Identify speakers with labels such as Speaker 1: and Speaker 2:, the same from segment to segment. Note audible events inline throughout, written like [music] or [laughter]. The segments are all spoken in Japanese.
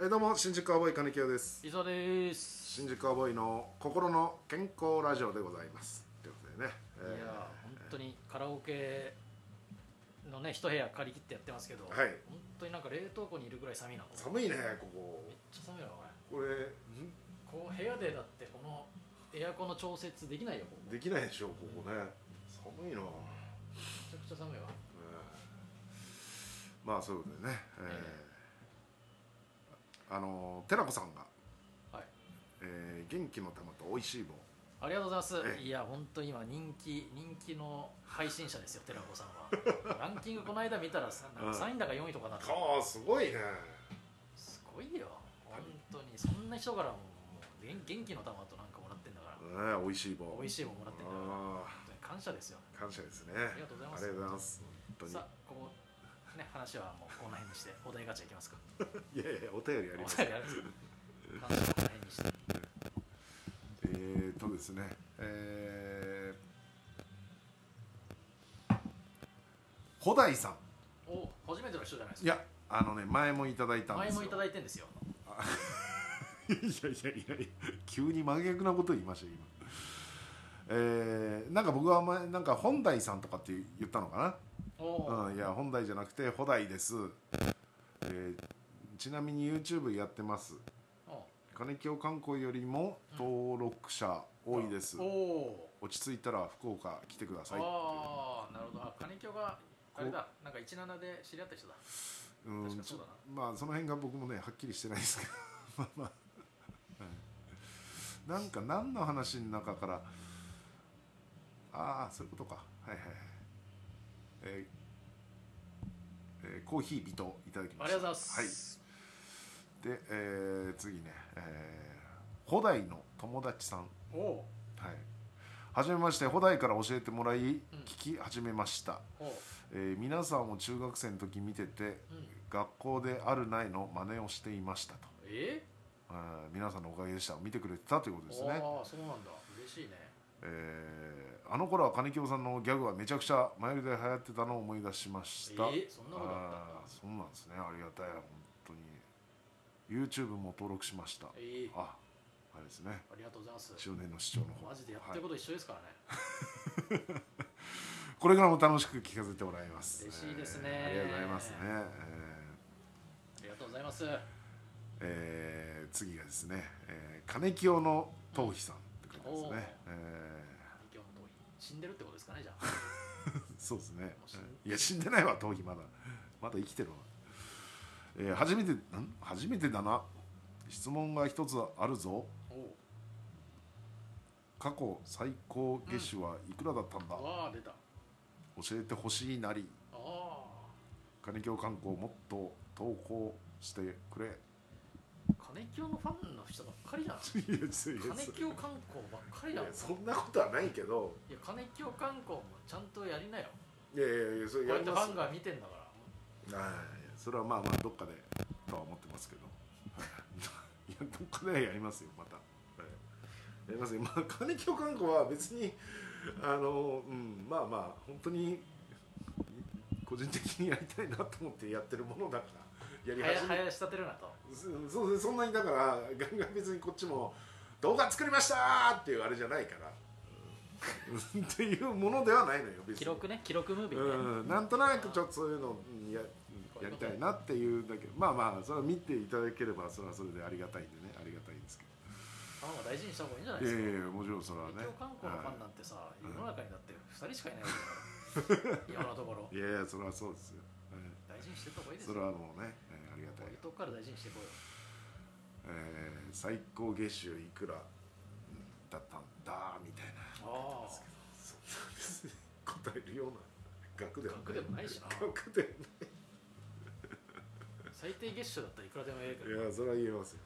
Speaker 1: えーどうも新宿アボイ金城です
Speaker 2: 伊沢です
Speaker 1: 新宿アボイの心の健康ラジオでございますということでね、え
Speaker 2: いやー本当にカラオケのね一部屋借り切ってやってますけど、
Speaker 1: はい
Speaker 2: 本当になんか冷凍庫にいるぐらい寒いな
Speaker 1: ー
Speaker 2: こ
Speaker 1: 寒いねここ
Speaker 2: れめっちゃ寒いなこ
Speaker 1: これ
Speaker 2: れこう部屋でだってこのエアコンの調節できないよここ
Speaker 1: んできないでしょここね寒いな、ね
Speaker 2: めちゃくちゃ寒いわ
Speaker 1: まあそういうことでね、えー
Speaker 2: え
Speaker 1: あのー寺子さんが、
Speaker 2: はい
Speaker 1: えー元気の玉と美味しい棒
Speaker 2: ありがとうございま
Speaker 1: え
Speaker 2: す
Speaker 1: え
Speaker 2: いや本当に今人気人気の配信者ですよ寺子さん [laughs] はランキングこの間見たらさなんか3位だか4位とかなって
Speaker 1: ああすごいね
Speaker 2: すごいよ本当にそんな人からもう元元気の玉となんかもらってんだから
Speaker 1: ね美味しい棒
Speaker 2: 美味
Speaker 1: しい
Speaker 2: しいもんもらってんだから本当に感謝ですよ
Speaker 1: 感謝ですね
Speaker 2: ありがとうございます
Speaker 1: ありがとうございます本当
Speaker 2: さあここね話はもうこの辺にしてお題ガチャいきますか
Speaker 1: にいやいやお便りあ
Speaker 2: お
Speaker 1: り
Speaker 2: 題
Speaker 1: ます
Speaker 2: ガチャやるんですか話はこの辺にして
Speaker 1: えー、とですね、えー、古代さん、
Speaker 2: お初めての人じゃないです
Speaker 1: い
Speaker 2: か
Speaker 1: や、あのね、前もいただいたんで
Speaker 2: 前
Speaker 1: すよ。
Speaker 2: もいただいてんですよ
Speaker 1: いやいやいやいや [laughs] 急に真逆なこと言いましたよ今えー、なんか僕は前なんか本題さんとかって言ったのか
Speaker 2: お
Speaker 1: な、
Speaker 2: お
Speaker 1: うん、いや本題じゃなくて古代です、えー、ちなみに YouTube やってます
Speaker 2: お
Speaker 1: 金京観光よりも登録者多いです、
Speaker 2: おお
Speaker 1: 落ち着いたら福岡来てくださいっていう
Speaker 2: ああなるほどあ金京があれだなんか17で知り合った人だ
Speaker 1: うん
Speaker 2: 確かそうだ
Speaker 1: ちょまあその辺が僕もねはっきりしてないですけど [laughs] まあまあ、はいなんか何の話の中からああそういうことかはいはいはいえーえーコーヒー微糖いただきま
Speaker 2: あ
Speaker 1: し
Speaker 2: り
Speaker 1: た
Speaker 2: がとうございます、
Speaker 1: はい、で、えー次ね、えー、古代の友達さん
Speaker 2: おお
Speaker 1: はいはじめまして古代から教えてもらい聞
Speaker 2: うん
Speaker 1: き始めました、
Speaker 2: おお
Speaker 1: えー皆さんも中学生の時見てて
Speaker 2: うん
Speaker 1: 学校であるないの真似をしていましたと、
Speaker 2: え
Speaker 1: えー皆さんのおかげでした見てくれてたということですね、
Speaker 2: ああそうなんだ嬉しいね
Speaker 1: えーあの頃は金京さんのギャグはめちゃくちゃ前よりで流行ってたのを思い出しまし
Speaker 2: え
Speaker 1: た
Speaker 2: そんなことあったんだ
Speaker 1: あーそうなんですねありがたい本当に YouTube も登録しました
Speaker 2: ええ
Speaker 1: ああれですね
Speaker 2: ありがとうございます
Speaker 1: 少年の市長の方
Speaker 2: マジでやってること一緒ですからね、
Speaker 1: これからも楽しく聞かせてもらいます
Speaker 2: 嬉しいですね
Speaker 1: えーありがとうございますね、
Speaker 2: ありがとうございます
Speaker 1: えーえー次がですね、えー、金清の頭皮さんって方です
Speaker 2: おー
Speaker 1: ね、え
Speaker 2: 今日の通り死んでるってことですかねじゃあ
Speaker 1: ーそうですね
Speaker 2: 死ん
Speaker 1: いや死んでないわ頭皮まだまだ生きてるわ、えー初めてん初めてだな質問が一つあるぞ
Speaker 2: おう
Speaker 1: 過去最高月収はいくらだったんだ、
Speaker 2: わあ出たあ
Speaker 1: 教えてほしいなり
Speaker 2: あ
Speaker 1: 金京観光もっと投稿してくれ
Speaker 2: 金京のファンの人ばっかりじゃん
Speaker 1: [laughs] いやいやそれ
Speaker 2: 金京観光ばっかり
Speaker 1: いや
Speaker 2: だもんい
Speaker 1: そんなことはないけど
Speaker 2: や金京観光もちゃんとやりなよ
Speaker 1: いやいやいやそ
Speaker 2: こ
Speaker 1: れ
Speaker 2: う
Speaker 1: や
Speaker 2: や
Speaker 1: り
Speaker 2: ってフ
Speaker 1: ます
Speaker 2: ァンが見てんだから
Speaker 1: はいそれはまあまあどっかでとは思ってますけどいや [laughs] どっかではやりますよまた、はい、やりますよまあ金京観光は別にあのうんまあまあ本当に個人的にやりたいなと思ってやってるものだからやり
Speaker 2: はや
Speaker 1: 始
Speaker 2: は
Speaker 1: め
Speaker 2: やしたてるなと
Speaker 1: そうそうですそんなにだからガンガン別にこっちも動画作りましたーっていうあれじゃないからうんっていうものではないのよ別に
Speaker 2: 記録ね記録ムービーね、
Speaker 1: うん、なんとなくちょっとそういうのうんや
Speaker 2: うん
Speaker 1: やりたいなっていうだけまあまあそれは見ていただければそれはそれでありがたいんでねありがたいんですけ
Speaker 2: ファンは大事にした方がいいんじゃない
Speaker 1: ど
Speaker 2: で
Speaker 1: い
Speaker 2: す
Speaker 1: や
Speaker 2: か
Speaker 1: いやいやもちろんそれはね
Speaker 2: 金京観光のファンなんてさ、世の中にだって2人しかいないわけ
Speaker 1: [laughs]
Speaker 2: だから今のところ
Speaker 1: いやいやそれはそうですよ、はい
Speaker 2: 大事にしてた方がいいです
Speaker 1: そ
Speaker 2: よ
Speaker 1: れはもうね、えーありがた
Speaker 2: こ
Speaker 1: いう
Speaker 2: いうとこから大事にしていこうよ
Speaker 1: えー最高月収いくらだったんだみたいな
Speaker 2: ああ
Speaker 1: そんな別に答えるような額ではない
Speaker 2: 額でもないしな
Speaker 1: 額でもない
Speaker 2: 最低月収だったらいくらでも言えるけど
Speaker 1: いやそれは言えますよ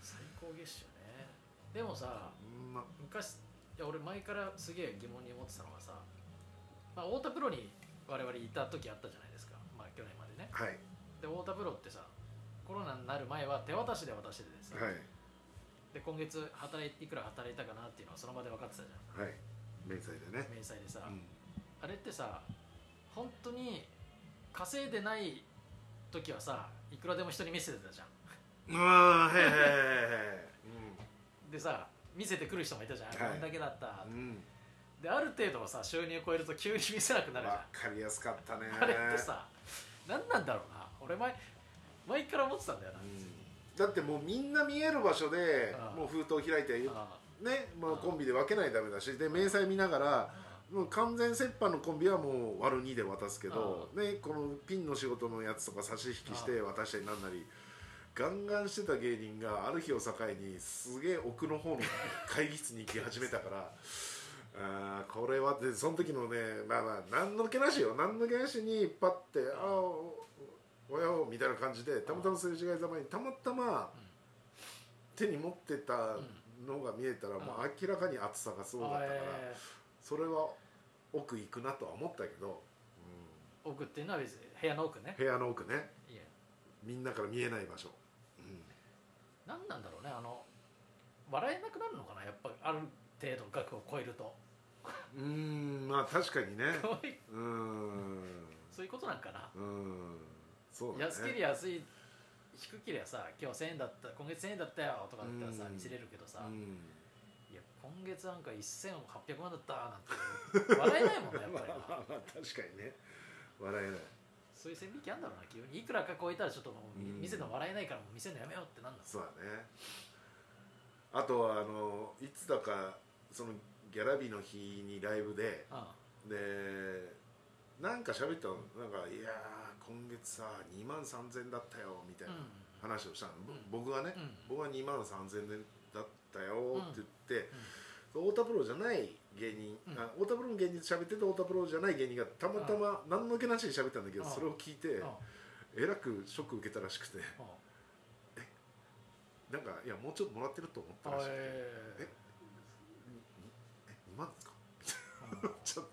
Speaker 2: 最高月収ねでもさ
Speaker 1: うんま
Speaker 2: 昔いや俺前からすげえ疑問に思ってたのがさ、まあ、太田プロに我々いた時あったじゃないですか、まあ、去年までね
Speaker 1: はい
Speaker 2: で太田プロってさコロナになる前は手渡しで渡しててさ、
Speaker 1: はい
Speaker 2: で今月働いていくら働いたかなっていうのはその場で分かってたじゃ
Speaker 1: はい明細でね
Speaker 2: ん明細でさ、
Speaker 1: うん
Speaker 2: あれってさ本当に稼いでない時はさいくらでも人に見せてたじゃん
Speaker 1: ああはいはいはいはい
Speaker 2: でさ見せてくる人もいたじゃん、
Speaker 1: はい
Speaker 2: こんだけだった
Speaker 1: うん、うん、
Speaker 2: である程度のさ収入を超えると急に見せなくなるじゃん
Speaker 1: わかりやすか [laughs] ったね
Speaker 2: あれってさ何なんだろうな俺前前から思ってたんだよな、
Speaker 1: うんだってもうみんな見える場所で
Speaker 2: ああ
Speaker 1: もう封筒開いてね
Speaker 2: あ
Speaker 1: まあ
Speaker 2: ああ
Speaker 1: コンビで分けないとダメだしで明細見ながらもう完全折半のコンビはもう割る2で渡すけどねこのピンの仕事のやつとか差し引きして渡したりなんなりガンガンしてた芸人がある日を境にすげえ奥の方の会議室に行き始めたから。 [laughs] あーこれはでその時のねまあまあ何の気なしよ何の気なしにパッて「ああおおやお」みたいな感じでたまたますれ違いざまにたまたま
Speaker 2: うん
Speaker 1: 手に持ってたのが見えたら、
Speaker 2: うん
Speaker 1: もう明らかに厚さがすごかったから、
Speaker 2: え
Speaker 1: それは奥行くなとは思ったけど、
Speaker 2: ー奥っていうのは別に部屋の奥ね
Speaker 1: うん部屋の奥ね
Speaker 2: いや
Speaker 1: みんなから見えない場所、うん
Speaker 2: 何なんだろうねあの笑えなくなるのかなやっぱある程度の額を超えると [laughs]
Speaker 1: うーんまあ確かにねうーん
Speaker 2: そういうことなんかな、
Speaker 1: うーんそうだね
Speaker 2: 安けりゃ安い低けりゃさ今日1000円だった今月1000円だったよとかだったらさ
Speaker 1: うん
Speaker 2: 見せれるけどさ、
Speaker 1: うん
Speaker 2: いや今月なんか1800万だったなんて笑えないもんねやっ
Speaker 1: まあ
Speaker 2: ぱりな
Speaker 1: まあまあ確かにね笑えない
Speaker 2: そういう線引きあんだろうな急にいくらか超えたらちょっともう
Speaker 1: うん
Speaker 2: 見せるの笑えないからもう見せるのやめようってなんだ
Speaker 1: そうだねあとはあのいつだかそのギャラビーの日にライブで、
Speaker 2: あ
Speaker 1: でなんか喋ったのなんか「いやー今月さ2万3000だったよ」みた
Speaker 2: あ
Speaker 1: いうなん話をしたの、ぼ
Speaker 2: うん
Speaker 1: 僕はね、
Speaker 2: うん
Speaker 1: 僕は2万3000だったよって言って、太田プロじゃない芸人、
Speaker 2: うん
Speaker 1: あ太田プロの芸人と喋ってて太田プロじゃない芸人がたまたま何の気なしに喋ったんだけど、
Speaker 2: うん
Speaker 1: それを聞いて
Speaker 2: うんうん
Speaker 1: えらくショック受けたらしくてなんか「いやもうちょっともらってると思ったらしくて「
Speaker 2: え
Speaker 1: え2万ですか?」ちょっと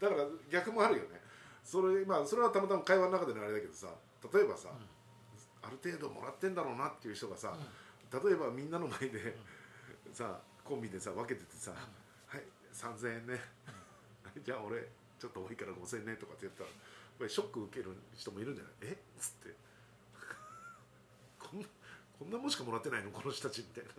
Speaker 1: だから逆もあるよねそれ,、まあ、それはたまたま会話の中でのあれだけどさ例えばさ、ある程度もらってんだろうなっていう人がさ、例えばみんなの前で、さコンビでさ分けててさ「はい3000円ね、 [laughs] じゃあ俺ちょっと多いから5000円ね」とかって言ったらやっぱりショック受ける人もいるんじゃないえっつって [laughs] こんなこんなもんしかもらってないのこの人たちみたいな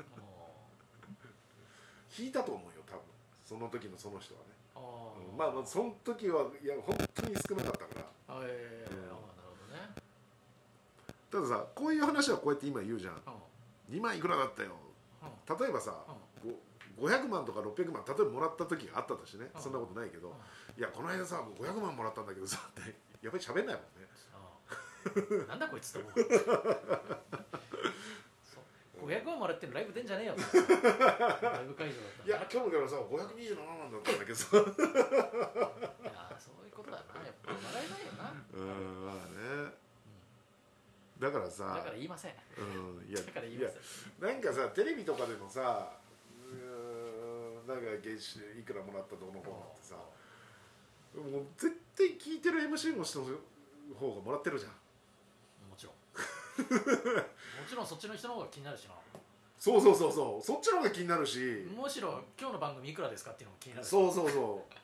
Speaker 1: 引いたと思うよ多分その時のその人はねうんまあまあその時はいや本当に少なかったから
Speaker 2: あええ
Speaker 1: うん
Speaker 2: なるほどね
Speaker 1: たださこういう話はこうやって今言うじゃん
Speaker 2: うん
Speaker 1: 2万いくらだったよ
Speaker 2: うん
Speaker 1: 例えばさ、ご500万とか600万例えばもらった時があったとしてね、
Speaker 2: うん
Speaker 1: そんなことないけど、
Speaker 2: うん
Speaker 1: いやこの間さ500万もらったんだけどさってやっぱり喋んないもんね
Speaker 2: うんなんだこいつと思うそう500万もらってんのライブ出んじゃねえよライブ会場
Speaker 1: い
Speaker 2: だったら
Speaker 1: や今日のからさ527万だったんだけどさ
Speaker 2: いやそういうことだなやっぱ笑えないよな
Speaker 1: うーんまあねだからさ
Speaker 2: だから言いませんだ
Speaker 1: うんいや
Speaker 2: から言い
Speaker 1: い
Speaker 2: ま
Speaker 1: や
Speaker 2: せ
Speaker 1: な
Speaker 2: ん
Speaker 1: んかさテレビとかでもさうーんなんか月収いくらもらったどうのこうのってさもう絶対聞いてる MC の人の方がもらってるじゃん
Speaker 2: もちろんもちろんそっちの人の方が気になるしな
Speaker 1: そうそうそうそうそっちの方が気になるし
Speaker 2: むしろ今日の番組いくらですかっていうのも気になるし
Speaker 1: そうそうそう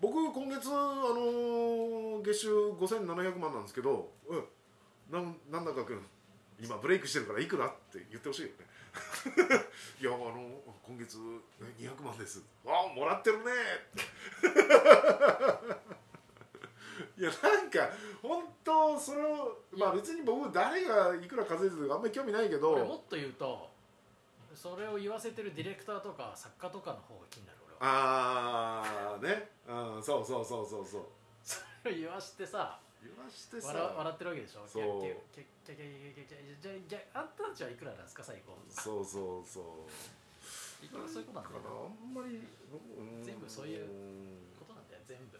Speaker 1: 僕今月あのー月収5700万なんですけどうんなんなんだか君今ブレイクしてるからいくらって言ってほしいよね [laughs] いやあの今月え200万ですわあもらってるね [laughs] いやなんか本当それをまあ別に僕誰がいくら稼いでるとかあんまり興味ないけど
Speaker 2: 俺もっと言うとそれを言わせてるディレクターとか作家とかの方が気になる俺は
Speaker 1: ああねうんそうそうそうそうそう
Speaker 2: それを言わしてさ
Speaker 1: 言わしてさ
Speaker 2: 笑笑ってるわけでしょ
Speaker 1: そう
Speaker 2: キャッキャッキャッキャッキャッキャッキャッキャッキャッキャッじゃああんたたちはいくらなんですか最後
Speaker 1: そうそうそう
Speaker 2: いくらそういうことなんだ
Speaker 1: か
Speaker 2: よ
Speaker 1: らあんまりうん
Speaker 2: 全部そういうことなんだよ全部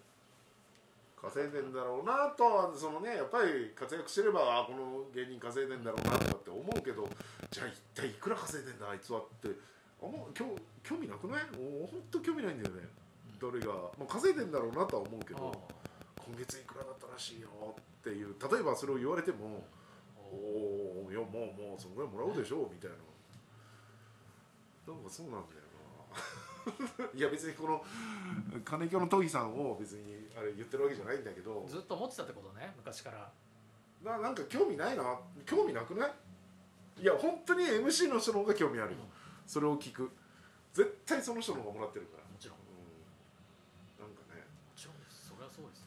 Speaker 1: 稼いでんだろうなとはそのねやっぱり活躍してればあこの芸人稼いでんだろうなとかって思うけどじゃあ一体いくら稼いでんだあいつはってあんま興興味なくないもう本当興味ないんだよねどれが、まあ、稼いでんだろうなとは思うけ
Speaker 2: うん
Speaker 1: ど今月いくらだったらしいよっていう例えばそれを言われても
Speaker 2: お
Speaker 1: おおいやもうもうそのぐらいもらうでしょうみたいななんかそうなんだよな [laughs] いや別にこの金京のトギさんを別にあれ言ってるわけじゃないんだけど
Speaker 2: ずっと思ってたってことね昔から
Speaker 1: ななんか興味ないな興味なくないいや本当に MC の人の方が興味あるよ
Speaker 2: うん
Speaker 1: それを聞く絶対その人の方がもらってるから
Speaker 2: もちろんも
Speaker 1: うんなんかね
Speaker 2: ちろんですそれはそうですよ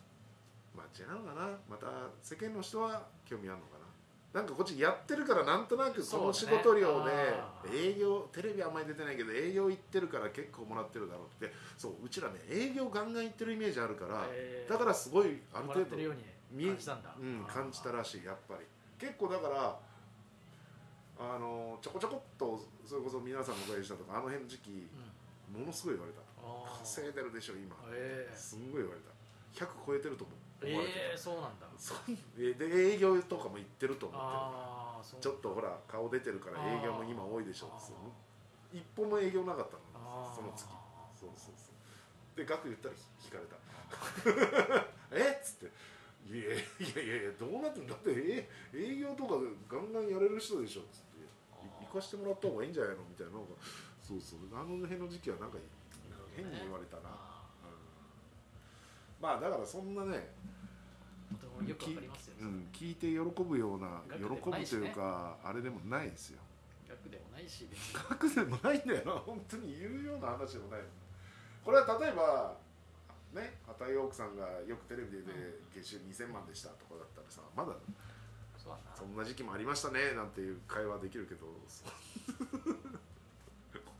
Speaker 1: まあ違うのかなまた世間の人は興味あるのかななんかこっちやってるからなんとなくこの仕
Speaker 2: そうだね
Speaker 1: 事量で
Speaker 2: あー
Speaker 1: 営業テレビあんまり出てないけど営業行ってるから結構もらってるだろうってそううちらね営業ガンガン行ってるイメージあるから、
Speaker 2: えー
Speaker 1: だからすごいある
Speaker 2: も
Speaker 1: 程
Speaker 2: らっ
Speaker 1: 度
Speaker 2: てるように感じたんだ
Speaker 1: うん、感じた
Speaker 2: ら
Speaker 1: らしいやっぱり結構だからあのちょこちょこっとそれこそ皆さんのお会いしたとかあの辺の時期ものすごい言われた稼いでるでしょ今
Speaker 2: えー
Speaker 1: すんごい言われた100超えてると思う思われてた
Speaker 2: えー、そうなんだ
Speaker 1: そんえで営業とかも行ってると思ってる
Speaker 2: ああそう
Speaker 1: ちょっとほら顔出てるから営業も今多いでしょ
Speaker 2: あー
Speaker 1: その一本も営業なかったの
Speaker 2: あー
Speaker 1: その月そうそうそうで額言ったら引かれた
Speaker 2: [laughs]
Speaker 1: えっつっていやいやいやいやどうなってんだってえ営業とかガンガンやれる人でしょっつってい
Speaker 2: あー
Speaker 1: 行かしてもらった方がいいんじゃないのみたいなのがそうそうあの辺の時期はなんか変に言われたな、
Speaker 2: あ
Speaker 1: うんまあだからそんなね
Speaker 2: ーとてもよくわかりますよ、
Speaker 1: きうん、聞いて喜ぶような
Speaker 2: 楽
Speaker 1: 喜
Speaker 2: でもな
Speaker 1: ぶ
Speaker 2: いし
Speaker 1: と
Speaker 2: ね
Speaker 1: いうかあれでもないですよ
Speaker 2: 楽でもないし別に
Speaker 1: 楽でもないんだよな [laughs] 本当に言うような話でもないこれは例えばね畑井奥さんがよくテレビで月収2000万でしたとかだったらさまだ
Speaker 2: そうだな
Speaker 1: そんな時期もありましたねなんていう会話できるけど [laughs] そう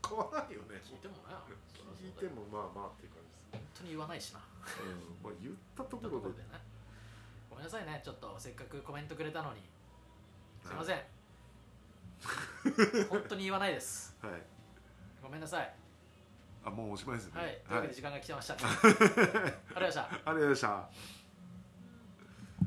Speaker 1: 変わらないよね
Speaker 2: 聞いてもなそりゃそうだ
Speaker 1: 聞い
Speaker 2: よ
Speaker 1: てもまあまあっていう感じ
Speaker 2: 本当に言わないしな
Speaker 1: です、うんまあ、言ったと
Speaker 2: と
Speaker 1: こ
Speaker 2: こ
Speaker 1: ろ
Speaker 2: ろ
Speaker 1: で
Speaker 2: でねごめんなさいねちょっとせっかくコメントくれたのにすいま
Speaker 1: ん
Speaker 2: せん本当に言わないです
Speaker 1: はい
Speaker 2: ごめんなさい
Speaker 1: あもうおしまいですね
Speaker 2: [laughs] はいというわけで時間が来てました、ありがとうございました
Speaker 1: ありがとうございました